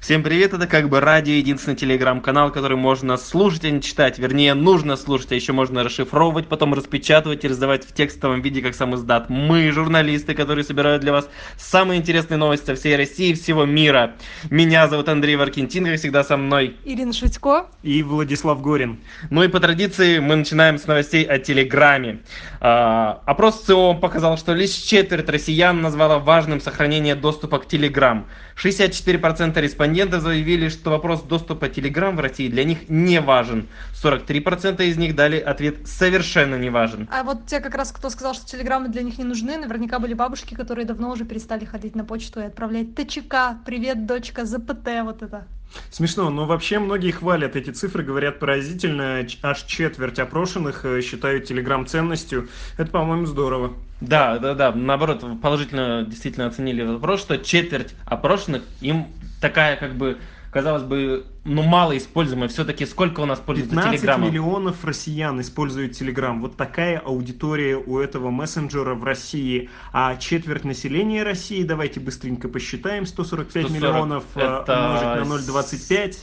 Всем привет, это как бы радио, единственный телеграм-канал, который можно слушать, а не читать. Вернее, нужно слушать, а еще можно расшифровывать, потом распечатывать и раздавать в текстовом виде, как сам издат. Мы, журналисты, которые собирают для вас самые интересные новости со всей России и всего мира. Меня зовут Андрей Варкентин, как всегда со мной. Ирина Шутько. И Владислав Горин. Ну и по традиции мы начинаем с новостей о Телеграме. А, опрос ЦО показал, что лишь четверть россиян назвала важным сохранение доступа к Телеграм. 64% респондентов заявили, что вопрос доступа Телеграм в России для них не важен. 43% из них дали ответ «совершенно не важен». А вот те как раз, кто сказал, что телеграммы для них не нужны, наверняка были бабушки, которые давно уже перестали ходить на почту и отправлять ТЧК, привет, дочка, ЗПТ, вот это. Смешно, но вообще многие хвалят эти цифры, говорят поразительно, Ч- аж четверть опрошенных э, считают Телеграм ценностью. Это, по-моему, здорово. Да, да, да. Наоборот, положительно действительно оценили этот вопрос, что четверть опрошенных им такая, как бы, казалось бы, ну, мало используемая. Все-таки сколько у нас пользуется 15 Телеграмом? миллионов россиян используют Телеграм. Вот такая аудитория у этого мессенджера в России. А четверть населения России, давайте быстренько посчитаем, 145 140 миллионов э, это умножить на 0,25.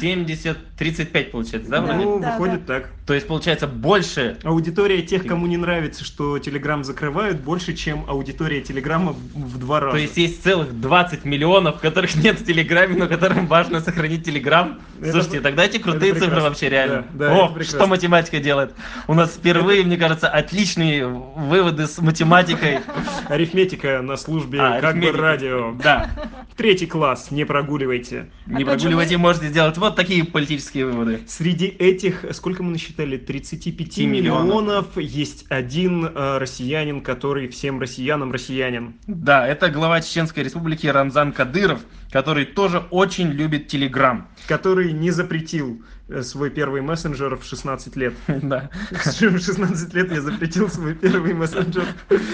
70, 35 получается, да? Да. вроде? ну, да, выходит так. То есть получается больше. Аудитория тех, кому не нравится, что Телеграм закрывают, больше, чем аудитория Телеграма в- в два раза. То есть есть целых 20 миллионов, которых нет в Телеграме, но которым важно сохранить Телеграм. Это- Слушайте, тогда эти крутые это цифры прекрасно. вообще реально. Да, да, это О, прекрасно. что математика делает. У нас впервые, мне кажется, отличные выводы с математикой. Арифметика на службе А, как бы арифметика. радио. Да. Третий класс, не прогуливайте. Не Опять же, прогуливайте, мы- можете делать вот такие политические выводы. Среди этих, сколько мы насчитали, 35 миллионов. миллионов, есть один э, россиянин, который всем россиянам россиянин. Да, это глава Чеченской республики Рамзан Кадыров, который тоже очень любит Телеграм. Который не запретил э, свой первый мессенджер в 16 лет. Да, В 16 лет я запретил свой первый мессенджер.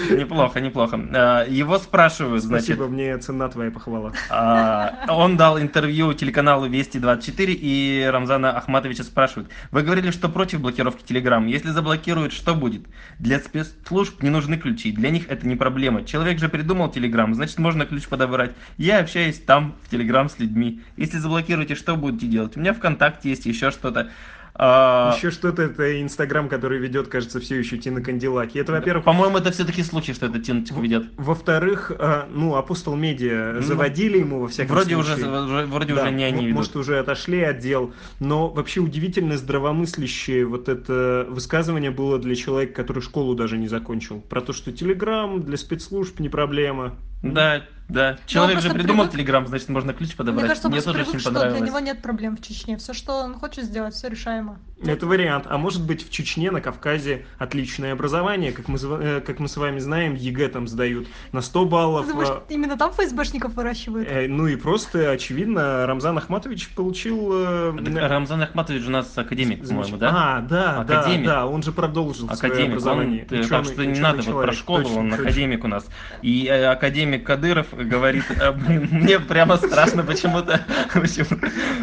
неплохо, неплохо. А, Его спрашивают, значит, Спасибо, мне цена твоя похвала. а, он дал интервью телеканалу Вести 24 и Рамзана Ахматовича спрашивают. Вы говорили, что против блокировки Телеграм. Если заблокируют, что будет? Для спецслужб не нужны ключи, для них это не проблема. Человек же придумал Телеграм, значит можно ключ подобрать. Я общаюсь там, в Телеграм с людьми. Если заблокируете, что будете делать? У меня ВКонтакте есть еще что-то. А, Еще что-то, это Инстаграм, который ведет, кажется, все еще Тина Канделаки. Это, во-первых, По-моему, это все-таки случай, что это Тиночка ведет. Во-вторых, э, ну, Апостол Медиа Ну, заводили ему, во всяком Вроде уже, случае. уже- вроде Да, уже не они м- ведут. Может, уже отошли от дел. Но вообще удивительно здравомыслящее вот это высказывание было для человека, который школу даже не закончил. Про то, что Телеграм для спецслужб не проблема. Да, да. Человек же Ну, просто придумал привык- Телеграм, значит, можно ключ подобрать. Мне кажется, он Мне просто тоже привык, очень что для него понравилось. нет проблем в Чечне. Все, что он хочет сделать, все решаемо. Это вариант. А может быть, в Чечне, на Кавказе отличное образование. Как мы, зва- э, как мы с вами знаем, ЕГЭ там сдают на 100 баллов. Ты думаешь, а- именно там ФСБшников выращивают? э, Ну и просто, очевидно, Рамзан Ахматович получил... э, А Так Рамзан Ахматович у нас академик, по-моему, Замечательно. да? А, да, Академик. да, да, он же продолжил свое Академик, он, образование. э, Ученый- так что не ученый надо вот человек. про школу, Точно, он точно. академик у нас. И э, академик Кадыров говорит, э, блин, мне прямо страшно почему-то, почему-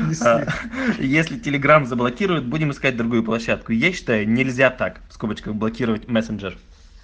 Действительно. А, если Телеграм заблокируют, будем искать другую площадку. Я считаю, нельзя так, в скобочках, блокировать мессенджер.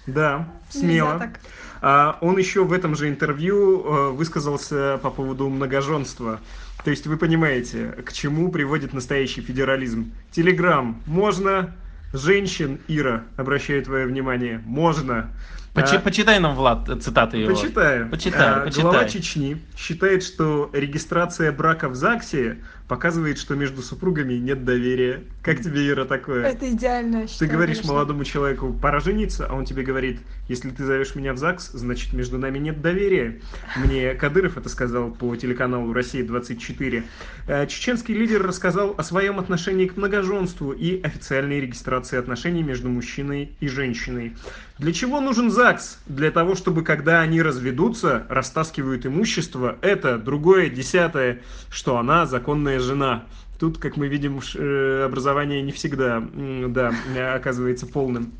Да, Нельзя смело. так. А, он еще в этом же интервью э, высказался по поводу многоженства. То есть вы понимаете, к чему приводит настоящий федерализм. Телеграм можно, женщин Ира, обращаю твое внимание, можно. Почи- А, Почитай нам, Влад, э, цитаты его. Почитаю. Почитай, А, почитай. Глава Чечни считает, что регистрация брака в ЗАГСе показывает, что между супругами нет доверия. Как тебе, Ира, такое? Это идеально. я Ты считаю, говоришь Э, конечно. молодому человеку, пора жениться, а он тебе говорит, если ты зовешь меня в ЗАГС, значит между нами нет доверия. Мне Кадыров это сказал по телеканалу «Россия-24». Э, Чеченский лидер рассказал о своем отношении к многоженству и официальной регистрации отношений между мужчиной и женщиной. Для чего нужен ЗАГС? Для того, чтобы когда они разведутся, растаскивают имущество, это другое, десятое, что она законная жена. Тут, как мы видим, ш- э, образование не всегда м, да, э, оказывается полным.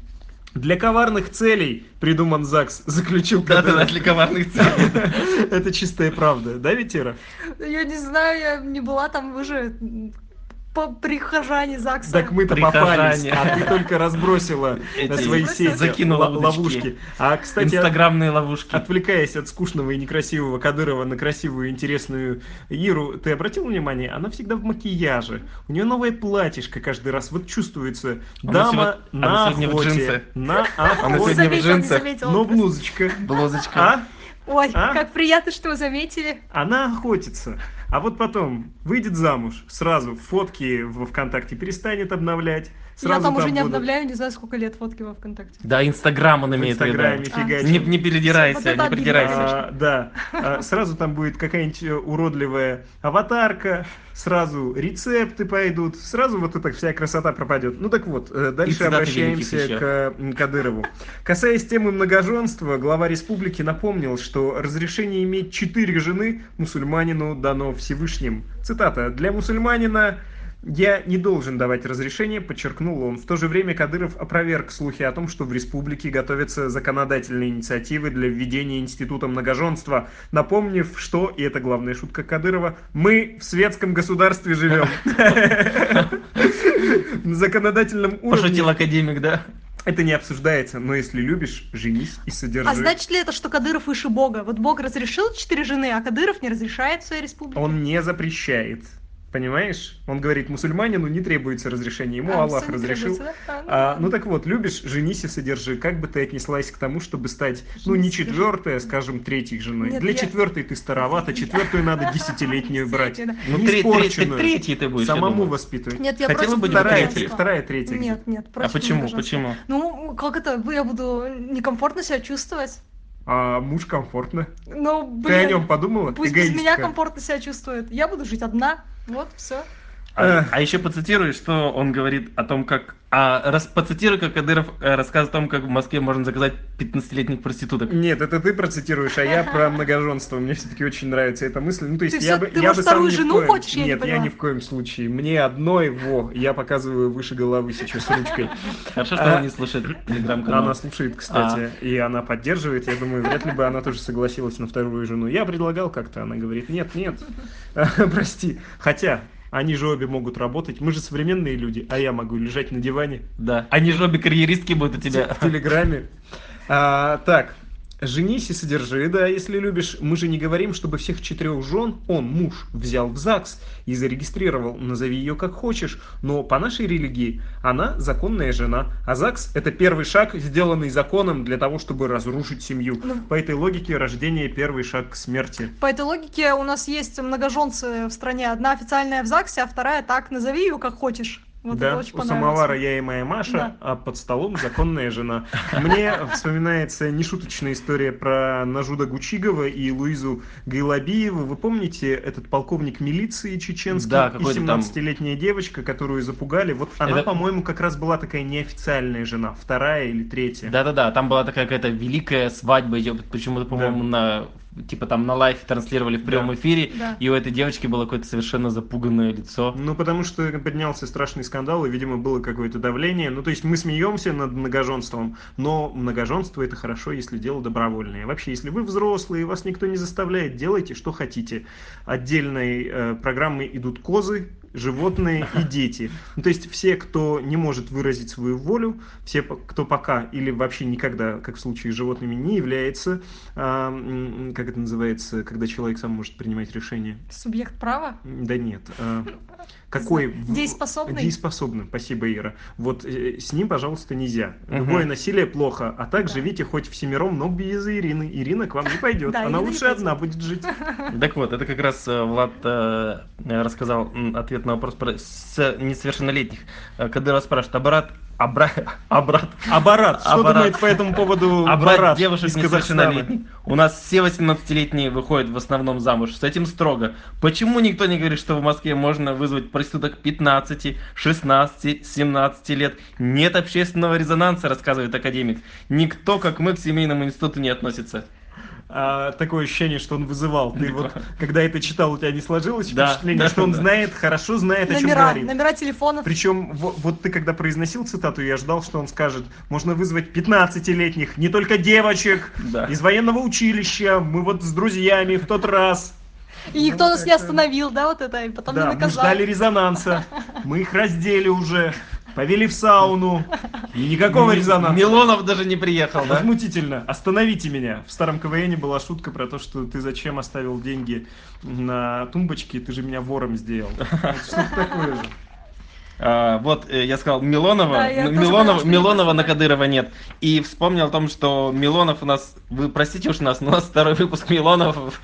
Для коварных целей придуман ЗАГС, заключил Да, да, да, Кадыров. для коварных целей. Это чистая правда, да, Витера? Я не знаю, я не была там, вы же м, по- прихожане ЗАГСа. Так мы-то попались, Прихожане. а ты только разбросила на Эти свои сети закинула ла- удочки. ловушки. А, кстати, от- Инстаграмные ловушки. Отвлекаясь от скучного и некрасивого Кадырова на красивую и интересную Иру, ты обратил внимание, она всегда в макияже. У нее новое платьишко каждый раз. Вот чувствуется Она дама сегодня- на она сегодня в джинсы. охоте. На Она Ой, сегодня в охоте. заметила, не джинсах, заметила. Но блузочка. Блузочка. А? Ой, Ну, А? как приятно, что вы заметили. Она охотится. А вот потом выйдет замуж, сразу фотки в ВКонтакте перестанет обновлять. Сразу Я там уже не будут обновляю, не знаю, сколько лет фотки во ВКонтакте. Да, Инстаграм он В имеет в виду. Инстаграме А. фигачить. Не, не передирайся, Вот это не обидно, придирайся. конечно. А, да. А, сразу там будет какая-нибудь э, уродливая аватарка, сразу рецепты пойдут, сразу вот эта вся красота пропадет. Ну так вот, э, дальше цитаты великих обращаемся еще. к м, Кадырову. Касаясь темы многоженства, глава республики напомнил, что разрешение иметь четыре жены мусульманину дано Всевышним. Цитата. «Для мусульманина я не должен давать разрешение, подчеркнул он. В то же время Кадыров опроверг слухи о том, что в республике готовятся законодательные инициативы для введения института многоженства, напомнив, что, и это главная шутка Кадырова, мы в светском государстве живем. На законодательном Пошутил уровне академик, да? это не обсуждается, но если любишь, женись и А содержи. значит ли это, что Кадыров выше Бога? Вот Бог разрешил четыре жены, а Кадыров не разрешает в своей республике. Он не запрещает. Понимаешь? Он говорит, мусульманину не требуется разрешение, ему А, Аллах всё не разрешил. требуется, да? А, ну ну, так вот, любишь, женись и содержи. Как бы ты отнеслась к тому, чтобы стать, ну Женись не и содержи. четвертая, а, скажем, третьей женой. Нет, Для я- четвертой ты старовата, четвертую надо десятилетнюю брать. Действительно. Ну, Не тре- тре- испорченную. третий ты будешь, я Самому думаю. воспитывать. Нет, я Хотела против бы не Вторая, третья. многоженства. вторая, третья. где-то. Нет, нет, А против почему, многоженства. почему? Ну, как это, вы- я буду некомфортно себя чувствовать. А муж комфортно. Ну, Ты о блин, нем подумала? пусть без меня Эгоистка. комфортно себя чувствует. Я буду жить одна. Вот, все. А, Эх. а еще поцитирую, что он говорит о том, как... А, раз, поцитирую, как Кадыров э, рассказывает о том, как в Москве можно заказать 15-летних проституток. Нет, это ты процитируешь, а я про многоженство. Мне все-таки очень нравится эта мысль. Ну, то есть Ты я всё- бы, ты, я может, бы сам вторую ни в жену коем- хочешь? Я не Нет, я поняла. ни в коем случае. Мне одно его. Я показываю выше головы сейчас ручкой. Хорошо, что А. он не слушает Она телеграм-канал. слушает, кстати, и она поддерживает. Я думаю, вряд ли бы она тоже согласилась на вторую жену. Я предлагал как-то, она говорит, нет, нет, прости. Хотя, они же обе могут работать. Мы же современные люди, а я могу лежать на диване Да. Они же обе карьеристки будут у тебя. в Телеграме. А, так, женись и содержи, да, если любишь. Мы же не говорим, чтобы всех четырех жен он, муж, взял в ЗАГС и зарегистрировал. Назови ее как хочешь, но по нашей религии она законная жена, а ЗАГС – это первый шаг, сделанный законом для того, чтобы разрушить семью. Ну. По этой логике рождение – первый шаг к смерти. По этой логике у нас есть многоженцы в стране. Одна официальная в ЗАГСе, а вторая так, назови ее как хочешь. Вот это да, очень у понравилось. самовара я и моя Маша, Да. а под столом законная жена. Мне вспоминается нешуточная история про Нажуда Гучигова и Луизу Гайлабиеву. Вы помните этот полковник милиции чеченский Да, и какой-то там- 17-летняя девочка, которую запугали? Вот она, Это- по-моему, как раз была такая неофициальная жена, вторая или третья. Да-да-да, там была такая какая-то великая свадьба, её почему-то, по-моему, на типа там на лайфе транслировали в прямом Да. эфире, Да. и у этой девочки было какое-то совершенно запуганное лицо. Ну, потому что поднялся страшный скандал, и, видимо, было какое-то давление. Ну, то есть мы смеемся над многоженством, но многоженство это хорошо, если дело добровольное. Вообще, если вы взрослые, вас никто не заставляет, делайте, что хотите. Отдельной э, программой идут козы, животные и дети. Ну, то есть все, кто не может выразить свою волю, все, по- кто пока или вообще никогда, как в случае с животными, не является, а, м, как это называется, когда человек сам может принимать решение. Субъект права? Да нет. э, Какой... в- Дееспособный? Дееспособным, спасибо, Ира. Вот э, с ним, пожалуйста, нельзя. Мгм. Любое насилие плохо. А так Да. живите хоть всемиром, но без Ирины. Ирина к вам не пойдет. Да, Она Ирина не лучше пойдет. одна будет жить. Так вот, это как раз э, Влад э, рассказал м, ответ на вопрос про с- несовершеннолетних. Э, Кадыров спрашивает, а брат, а брат, а брат, А Барат, что Абарат. думает по этому поводу а брат Барат девушек из Казахстана? несовершеннолетних? У нас все 18-летние выходят в основном замуж, с этим строго. Почему никто не говорит, что в Москве можно вызвать проституток 15, 16, 17 лет? Нет общественного резонанса, рассказывает академик. Никто, как мы, к семейному институту не относится. А, такое ощущение, что он вызывал. Ты вот, когда это читал, у тебя не сложилось Да, впечатление, да, что он да. знает, хорошо знает, о чем Номера, говорит. номера телефонов. Причем, во- вот ты когда произносил цитату, я ждал, что он скажет, можно вызвать 15-летних, не только девочек, Да. из военного училища, мы вот с друзьями в тот раз. И никто Ну, нас не это- остановил, да, вот это, и потом не Да, мы наказал. ждали резонанса, мы их раздели уже, повели в сауну, и никакого резонанса. Милонов даже не приехал, да? Возмутительно. Остановите меня. В старом КВНе была шутка про то, что ты зачем оставил деньги на тумбочке, ты же меня вором сделал. Вот Что-то такое же. А, вот э, я сказал Милонова, Да, я М- тоже Милонова, поняла, что не Милонова на поставили. Кадырова нет. И вспомнил о том, что Милонов у нас, вы простите уж нас, но у нас второй выпуск Милонов.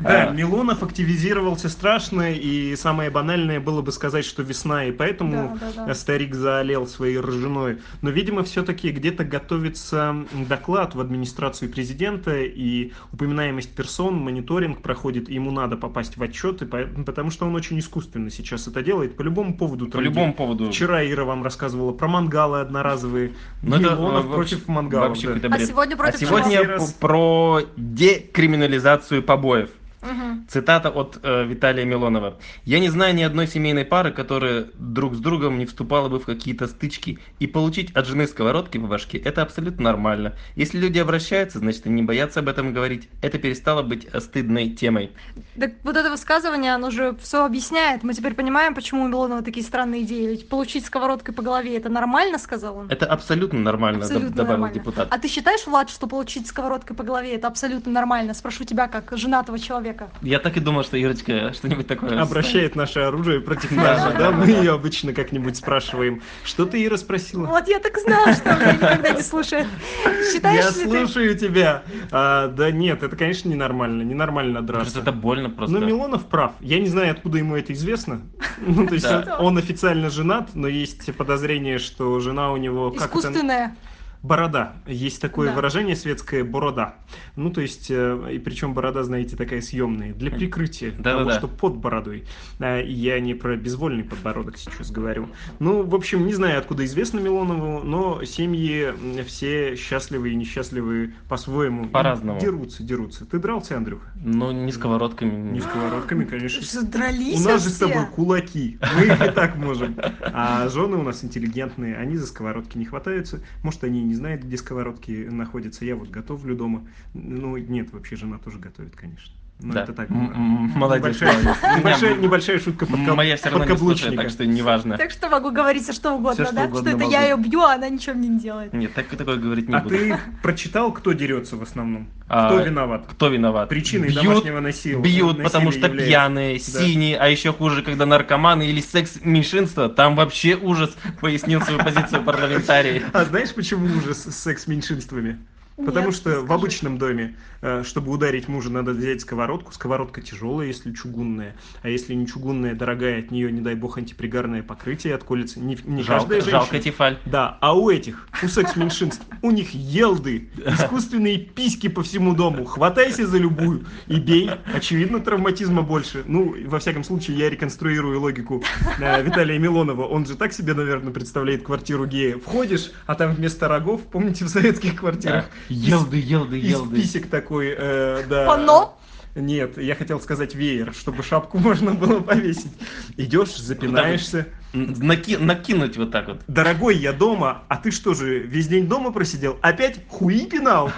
Да, А, Э, Милонов активизировался страшно, и самое банальное было бы сказать, что весна, и поэтому Да, да, да. э, старик заолел своей ржаной. Но, видимо, все-таки где-то готовится м, доклад в администрацию президента, и упоминаемость персон, мониторинг проходит, и ему надо попасть в отчеты, потому что он очень искусственно сейчас это делает, по любому поводу. А, по трындит. любому поводу. Вчера Ира вам рассказывала про мангалы одноразовые. Ну, это, Милонов э, вообще- против мангалов. вообще да. какой-то А бред. сегодня А против сегодня чего? п- про декриминализацию побоев. чего? Мгм. Цитата от э, Виталия Милонова. «Я не знаю ни одной семейной пары, которая друг с другом не вступала бы в какие-то стычки. И получить от жены сковородки по башке – это абсолютно нормально. Если люди обращаются, значит, они не боятся об этом говорить. Это перестало быть э, стыдной темой». Так вот это высказывание, оно же все объясняет. Мы теперь понимаем, почему у Милонова такие странные идеи. Ведь получить сковородкой по голове это нормально, сказал он. Это абсолютно нормально, Абсолютно доб- добавил нормально. депутат. А ты считаешь, Влад, что получить сковородкой по голове это абсолютно нормально? Спрошу тебя, как женатого человека. Я так и думал, что Ирочка что-нибудь такое... Обращает наше оружие против Да, нас, да, да? да, Мы да. ее обычно как-нибудь спрашиваем. Что ты, Ира, спросила? Вот я так знала, что он меня никогда не слушает. Считаешь Я ли ты- слушаю тебя. А, да нет, это, конечно, ненормально. Ненормально Просто драться. это больно просто. Но Милонов прав. Я не знаю, откуда ему это известно. Ну, то есть Да. он- он официально женат, но есть подозрение, что жена у него... как это- Искусственное. Борода. Есть такое Да. выражение светское борода. Ну, то есть, э, и причем борода, знаете, такая съемная, для прикрытия Да-да-да. того, что под бородой. А, и Я не про безвольный подбородок сейчас говорю. Ну, в общем, не знаю, откуда известно Милонову, но семьи м, все счастливы и несчастливы по-своему. ну, По-разному. Дерутся, дерутся. Ты дрался, Андрюха? Ну, не сковородками. Не не- сковородками, конечно. У Задрались нас же все. с тобой кулаки. Мы их и так можем. А жены у нас интеллигентные, они за сковородки не хватаются. Может, они и не знают, где сковородки находятся. Я вот готовлю дома. Ну, нет, вообще жена тоже готовит, конечно. Но Да. это так. М- да. м- Молодец. Небольшая, молодец. небольшая, Меня- небольшая шутка подка- Моя все равно не слушает, подкаблучника. так что неважно. Так что могу говорить все что угодно, что да? угодно что это могу. я ее бью, а она ничем не делает. Нет, так такое говорить не А буду. ты прочитал, кто дерется в основном? А, Кто виноват? Кто виноват? Причиной Бьют, домашнего насилия. бьют, насилия потому что является- пьяные, синие, а еще хуже, когда наркоманы или секс меньшинства, там вообще ужас, пояснил свою позицию парламентарий. А знаешь, почему ужас с секс-меньшинствами? Потому Нет, что не в скажу. обычном доме, э, чтобы ударить мужа, надо взять сковородку. Сковородка тяжелая, если чугунная. А если не чугунная, дорогая, от нее, не дай бог, антипригарное покрытие отколется. Не, не Жалко, каждая женщина. жалко Тефаль. Да, а у этих, у секс-меньшинств, у них елды, искусственные письки по всему дому. Хватайся за любую и бей. Очевидно, травматизма больше. Ну, во всяком случае, я реконструирую логику э, Виталия Милонова. Он же так себе, наверное, представляет квартиру гея. Входишь, а там вместо рогов, помните, в советских квартирах, Да. Елды, елды, из елды. писек такой, э, да. Панно? Нет, я хотел сказать веер, чтобы шапку можно было повесить. Ну, Идешь, запинаешься. Н- наки- накинуть вот так вот. Дорогой, я дома, а ты что же, весь день дома просидел? Опять хуи пинал?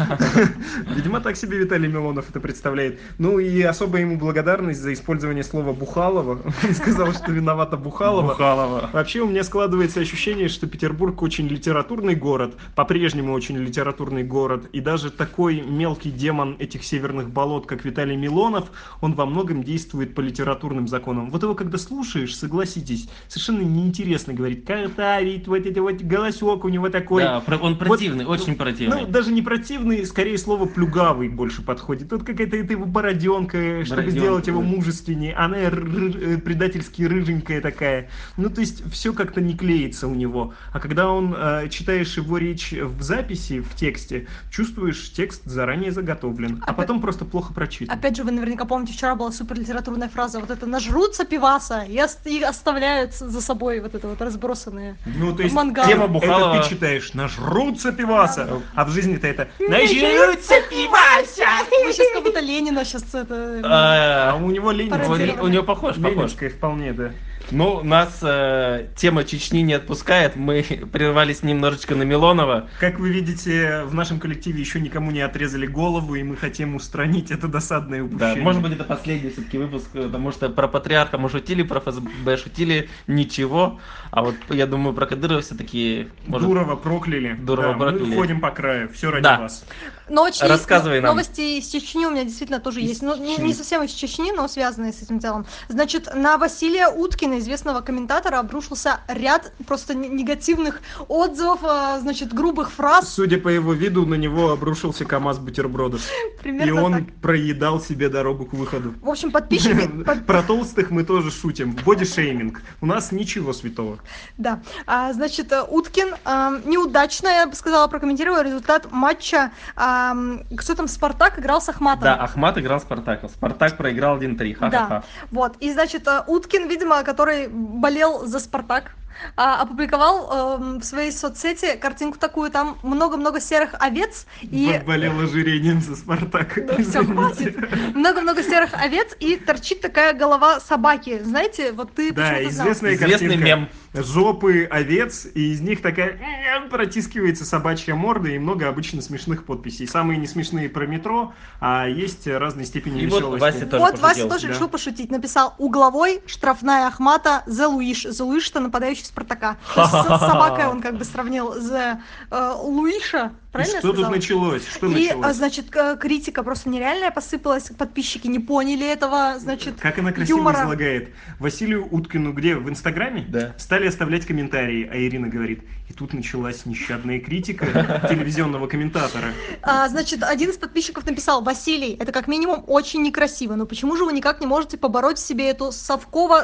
Видимо, так себе Виталий Милонов это представляет. Ну и особая ему благодарность за использование слова «бухалова». Он сказал, что виновата Бухалова. Бухалова. Вообще у меня складывается ощущение, что Петербург очень литературный город, по-прежнему очень литературный город, и даже такой мелкий демон этих северных болот, как Виталий Милонов, он во многом действует по литературным законам. Вот его когда слушаешь, согласитесь, совершенно неинтересно говорить, картавить, вот эти вот голосок у него такой. Да, про- он противный, Вот, очень Ну, противный. даже не противный, скорее слово плюгавый больше подходит. Тут какая-то это его бороденка, э, чтобы Бороденка, сделать его да. мужественнее. Она ры- э, предательски рыженькая такая. Ну, то есть все как-то не клеится у него. А когда он э, читаешь его речь в записи, в тексте, чувствуешь, текст заранее заготовлен, а Опя- потом просто плохо прочитан. Опять же, вы наверняка помните, вчера была суперлитературная фраза, вот это «нажрутся пиваса» и, ос- и оставляют за собой вот это вот разбросанное. Ну, то есть, Мангал. тема Это Бухалова... ты ты читаешь, нажрутся пиваса, а в жизни-то это... «Нажрутся Мы сейчас как будто Ленина сейчас это... А, А у него лень. у пародировали. него похож, похож. Ленинская вполне, да. Ну, нас э, тема Чечни не отпускает. Мы прервались немножечко на Милонова. Как вы видите, в нашем коллективе еще никому не отрезали голову, и мы хотим устранить это досадное Да, упущение. может быть, это последний все-таки выпуск, э, потому что про патриарха мы шутили, про ФСБ шутили, ничего. А вот я думаю, про Кадырова все-таки может... Дурова прокляли. Дурова да, прокляли. Мы ходим по краю, все ради Да. вас. Но очень- Рассказывай нам. Новости из Чечни у меня действительно тоже Из есть. Ну, не, Чечни. не совсем из Чечни, но связанные с этим делом. Значит, на Василия Уткина, известного комментатора, обрушился ряд просто н- негативных отзывов, а, значит, грубых фраз. Судя по его виду, на него обрушился КАМАЗ бутербродов. И Примерно он так. проедал себе дорогу к выходу. В общем, подписчики... под- Про толстых мы тоже шутим. Бодишейминг. У нас ничего святого. Да. А, значит, э, Уткин ам, неудачно, я бы сказала, прокомментировал результат матча. ам, кто там, Спартак играл с Ахматом. Да, Ахмат играл Спартака. Спартак проиграл 1-3. Ха-ха-ха. Вот, и, значит, э, Уткин, видимо, который болел за «Спартак», а, опубликовал эм, в своей соцсети картинку такую, там много-много серых овец и Бо- Болел ожирением за Спартак. Ну всё, Извините. много-много серых овец, и торчит такая голова собаки. Знаете, вот ты Да, почему-то знал. известная Известный картинка. мем. Жопы овец, и из них такая «мяу» протискивается собачья морда и много обычно смешных подписей. Самые не смешные про метро, а есть разной степени И вот веселости. Вася тоже Вот Вася пошутил. тоже да. решил пошутить. Написал угловой, штрафная Ахмата, за Луиш. За Луиш-то нападающий Спартака. То есть С собакой он как бы сравнил за э, Луиша. И Правильно я что тут сказала? началось? Что И, а, началось? значит, к- критика просто нереальная посыпалась, подписчики не поняли этого, значит, Как она красиво юмора. излагает. Василию Уткину где? В Инстаграме? Да. Стали оставлять комментарии, а Ирина говорит, и тут началась нещадная критика телевизионного комментатора. а, значит, один из подписчиков написал, Василий, это как минимум очень некрасиво, но почему же вы никак не можете побороть в себе эту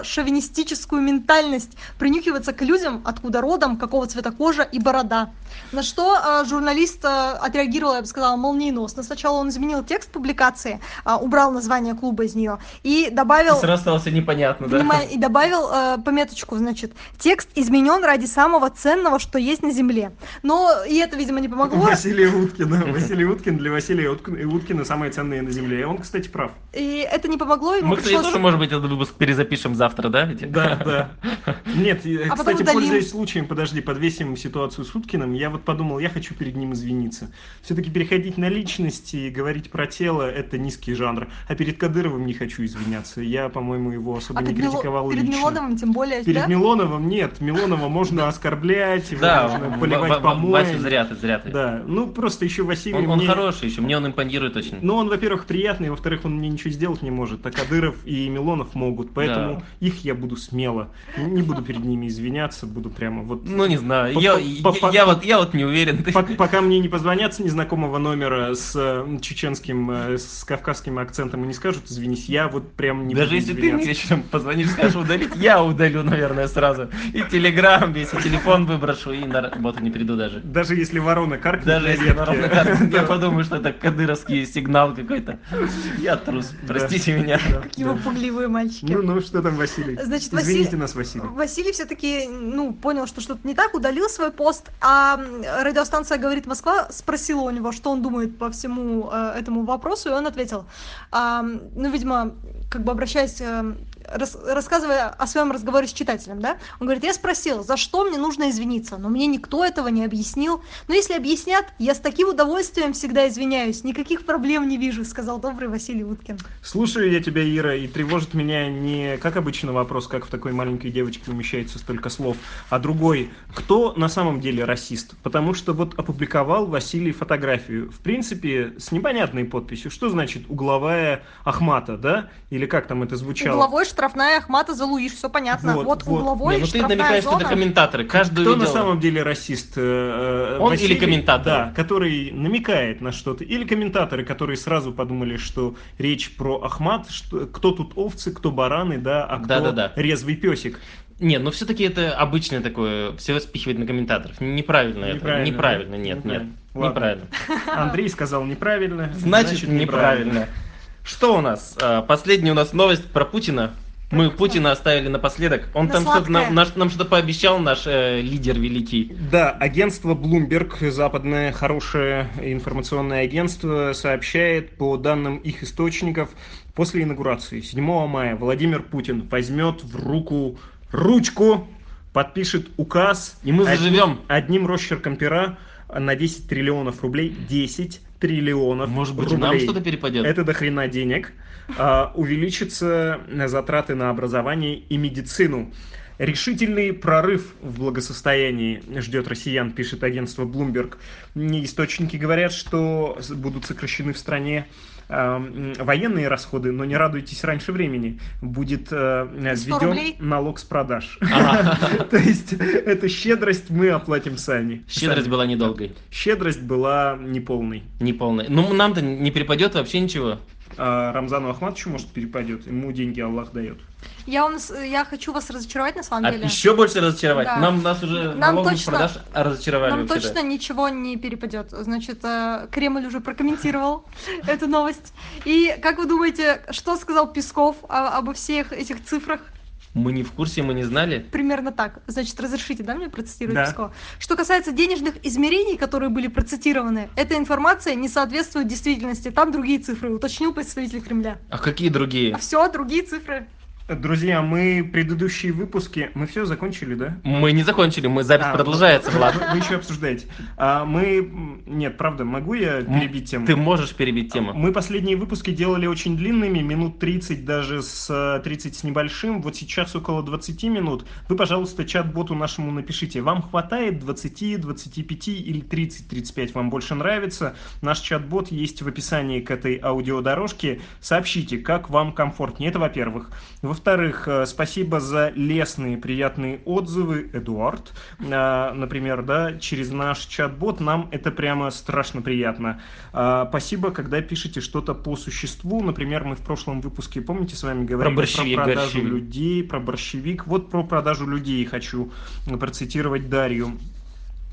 совково-шовинистическую ментальность, принюхиваться к людям, откуда родом, какого цвета кожа и борода? На что а, журналист а, отреагировал, я бы сказала, молниеносно. Сначала он изменил текст публикации, а, убрал название клуба из нее и добавил... И Сразу стало все непонятно, да? Понимаю, и добавил э, пометочку, значит, текст изменен ради самого ценного, что есть на земле. Но и это, видимо, не помогло. Василия Уткина. Василий Уткин для Василия Утк- Уткина самое ценное на земле. И Он, кстати, прав. И это не помогло, ему Мы, кстати, пришлось... тоже, может быть, этот выпуск перезапишем завтра, да? ведь? Да, да. Нет, и, А потом кстати, удалим. пользуясь случаем, подожди, подвесим ситуацию с Уткиным. Я вот подумал, я хочу перед ним извиниться. Все-таки переходить на личности и говорить про тело – это низкий жанр. А перед Кадыровым не хочу извиняться. Я, по-моему, его особо А не перед, Мило- критиковал перед лично. Милоновым тем более, Перед да? Милоновым нет. Милонова можно оскорблять, его Да, можно Ва- поливать Ва- Ва- Васю помоями. зря ты, зря ты. Да, ну просто еще Василий Он, он мне- хороший еще, мне он импонирует очень. Ну, он, во-первых, приятный, во-вторых, он мне ничего сделать не может. А Кадыров и Милонов могут, поэтому их я буду смело. Не буду перед ними извиняться, буду прямо вот... Ну, не знаю, По- я, по- я- по- я вот, я вот не уверен. Ты- пок- Пока мне не позвонят с незнакомого номера с э, чеченским, э, с кавказским акцентом и не скажут, извинись, я вот прям не Даже буду если ты мне извиняться. вечером позвонишь, скажешь удалить, я удалю, наверное, сразу. И телеграм весь, и телефон выброшу, и на работу не приду даже. Даже если ворона каркнет Даже на если ветке. ворона каркнет, я подумаю, что это кадыровский сигнал какой-то. Я трус, простите меня. Да, Какие вы да. пугливые мальчики. Ну, ну, что там, Василий? Значит, Извините Василий- нас, Василий. Василий все-таки, ну, понял, что что-то не так, удалил свой пост, а м, радиостанция «Говорит Москва» спросила у него, что он думает по всему э, этому вопросу, и он ответил, а, м, ну, видимо, как бы обращаясь, э, рас- рассказывая о своем разговоре с читателем, да, он говорит, я спросил, за что мне нужно извиниться, но мне никто этого не объяснил, но если объяснят, я с таким удовольствием всегда извиняюсь, никаких проблем не вижу, сказал добрый Василий Уткин. Слушаю я тебя, Ира, и тревожит меня не, как обычно, вопрос, как в такой маленькой девочке умещается столько слов, а другой, кто на самом деле расист? Потому что вот опубликовал Василий фотографию, в принципе, с непонятной подписью, что значит угловая Ахмата, да? Или как там это звучало? Угловой, штрафная, Ахмата, залуишь, все понятно. Вот, Вот, вот. угловой, Не, ну ты штрафная намекаешь, что зона. это комментаторы. Каждую Кто на самом деле расист? Э, э, Он или комментатор? Да, который намекает на что-то. Или комментаторы, которые сразу подумали, что речь про Ахмат, что, кто тут овцы, кто бараны, да, а кто Да-да-да. резвый песик. Не, ну все-таки это обычное такое, все спихивает на комментаторов. Неправильно, Неправильно, это. Неправильно, да? нет, нет. Неправильно. Ладно. Неправильно. Андрей сказал неправильно. Значит, неправильно. Что у нас? А, Последняя у нас новость про Путина. Мы Путина оставили напоследок. Он На там что-то сладкое. нам, наш- нам что-то пообещал, наш э, лидер великий. Да, агентство Bloomberg, западное хорошее информационное агентство, сообщает по данным их источников, после инаугурации 7 мая Владимир Путин возьмет в руку ручку, подпишет указ. И мы Одни- заживем. Одним росчерком пера на 10 триллионов рублей. 10 триллионов Может быть, и рублей. нам что-то перепадет. Это до хрена денег. А, увеличатся э, затраты на образование и медицину. Решительный прорыв в благосостоянии ждет россиян, пишет агентство Bloomberg. И Источники говорят, что с- будут сокращены в стране эм, военные расходы, но не радуйтесь раньше времени. Будет э, рублей? введен налог с продаж. Ага. То есть, эта щедрость мы оплатим сами. Щедрость Сами. была недолгой, Щедрость была неполной. неполной. Ну, нам-то не перепадет вообще ничего. А Рамзану Ахматовичу, может, перепадет. Ему деньги Аллах дает. Я, вам, с- э, я хочу вас разочаровать на самом А деле. еще больше разочаровать. Да. Нам нас уже Нам налогом с точно- продаж разочаровали. Нам вообще-то. точно ничего не перепадет. Значит, э, Кремль уже прокомментировал эту новость. И как вы думаете, что сказал Песков о- обо всех этих цифрах? Мы не в курсе, мы не знали. Примерно так. Значит, разрешите, да, мне процитировать Да. Пескова? Что касается денежных измерений, которые были процитированы, эта информация не соответствует действительности. Там другие цифры, уточнил представитель Кремля. А какие другие? А все, другие цифры. Друзья, мы предыдущие выпуски... Мы все закончили, да? Мы не закончили, мы запись А, продолжается, вы- Влад. Вы, еще обсуждаете. А мы... м, Нет, правда, могу я перебить тему? Ты можешь перебить тему. А Мы последние выпуски делали очень длинными, минут 30, даже с э, 30 с небольшим. Вот сейчас около 20 минут. Вы, пожалуйста, чат-боту нашему напишите. Вам хватает 20, 25 или 30, 35? Вам больше нравится? Наш чат-бот есть в описании к этой аудиодорожке. Сообщите, как вам комфортнее. Это во-первых. Во-вторых, э, спасибо за лестные, приятные отзывы, Эдуард. Э, Например, да, через наш чат-бот нам это прямо страшно приятно. А, Спасибо, когда пишете что-то по существу. Например, мы в прошлом выпуске, помните, с вами говорили про, борщевик, продажу борщевик. людей, про борщевик. Вот про продажу людей хочу процитировать Дарью.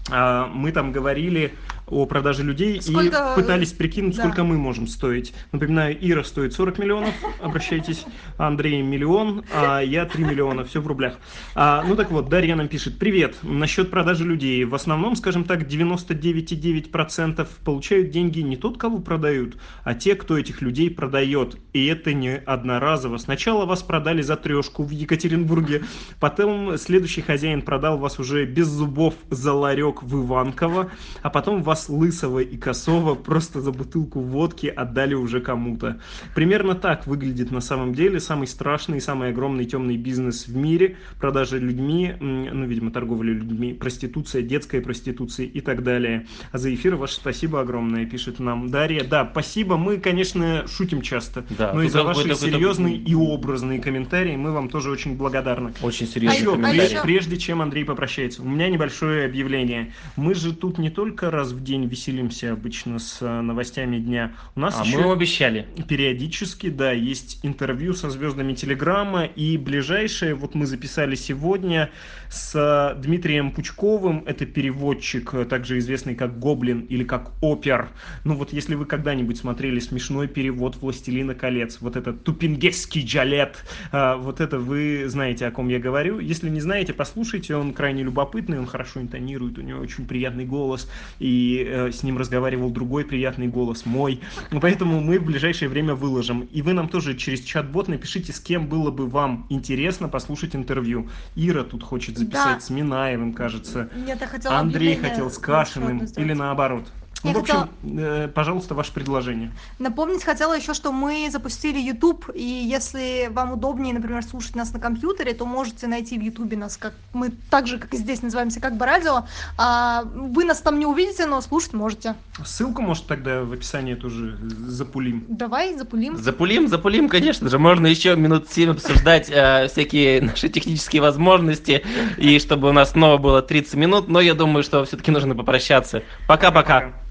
А, Мы там говорили о продаже людей Сколько- и пытались прикинуть, да. сколько мы можем стоить. Напоминаю, Ира стоит 40 миллионов, обращайтесь, Андрей миллион, а я 3 миллиона, все в рублях. А, ну так вот, Дарья нам пишет. Привет, насчет продажи людей. В основном, скажем так, 99,9% получают деньги не тот, кого продают, а те, кто этих людей продает. И это не одноразово. Сначала вас продали за трешку в Екатеринбурге, потом следующий хозяин продал вас уже без зубов за ларек в Иванково, а потом вас лысого и косого просто за бутылку водки отдали уже кому-то. Примерно так выглядит на самом деле самый страшный и самый огромный темный бизнес в мире. Продажа людьми, м, ну, видимо, торговля людьми, проституция, детская проституция и так далее. А за эфир ваше спасибо огромное, пишет нам Дарья. Да, спасибо. Мы, конечно, шутим часто. Да, но Ну и тут за какой-то- ваши какой-то- серьезные и образные комментарии мы вам тоже очень благодарны. Очень серьезный Еще, А комментарий. прежде, прежде чем Андрей попрощается, у меня небольшое объявление. Мы же тут не только раз в день веселимся обычно с э, новостями дня. У нас А еще мы вам обещали. периодически, да, есть интервью со звездами Телеграма, и ближайшее, вот мы записали сегодня с э, Дмитрием Пучковым, это переводчик, э, также известный как Гоблин или как Опер. Ну вот если вы когда-нибудь смотрели смешной перевод «Властелина колец», вот этот тупингесский джалет, э, вот это вы знаете, о ком я говорю. Если не знаете, послушайте, он крайне любопытный, он хорошо интонирует, у него очень приятный голос, и э, с ним разговаривал другой приятный голос, мой. Ну, Поэтому мы в ближайшее время выложим. И вы нам тоже через чат-бот напишите, с кем было бы вам интересно послушать интервью. Ира тут хочет Да. записать с Минаевым, кажется. Нет, я хотела Андрей объявление хотел с еще Кашиным. одно сделать. Или наоборот. Ну, Я в общем, э, пожалуйста, ваше предложение. Напомнить хотела еще, что мы запустили YouTube, и если вам удобнее, например, слушать нас на компьютере, то можете найти в YouTube нас, как мы так же, как и здесь называемся, как бы радио. А, вы нас там не увидите, но слушать можете. Ссылку, может, тогда в описании тоже запулим. Давай запулим. Запулим, запулим, конечно же. Можно еще минут 7 обсуждать э, всякие наши технические возможности, и чтобы у нас снова было 30 минут, но я думаю, что все-таки нужно попрощаться. Пока-пока. Пока.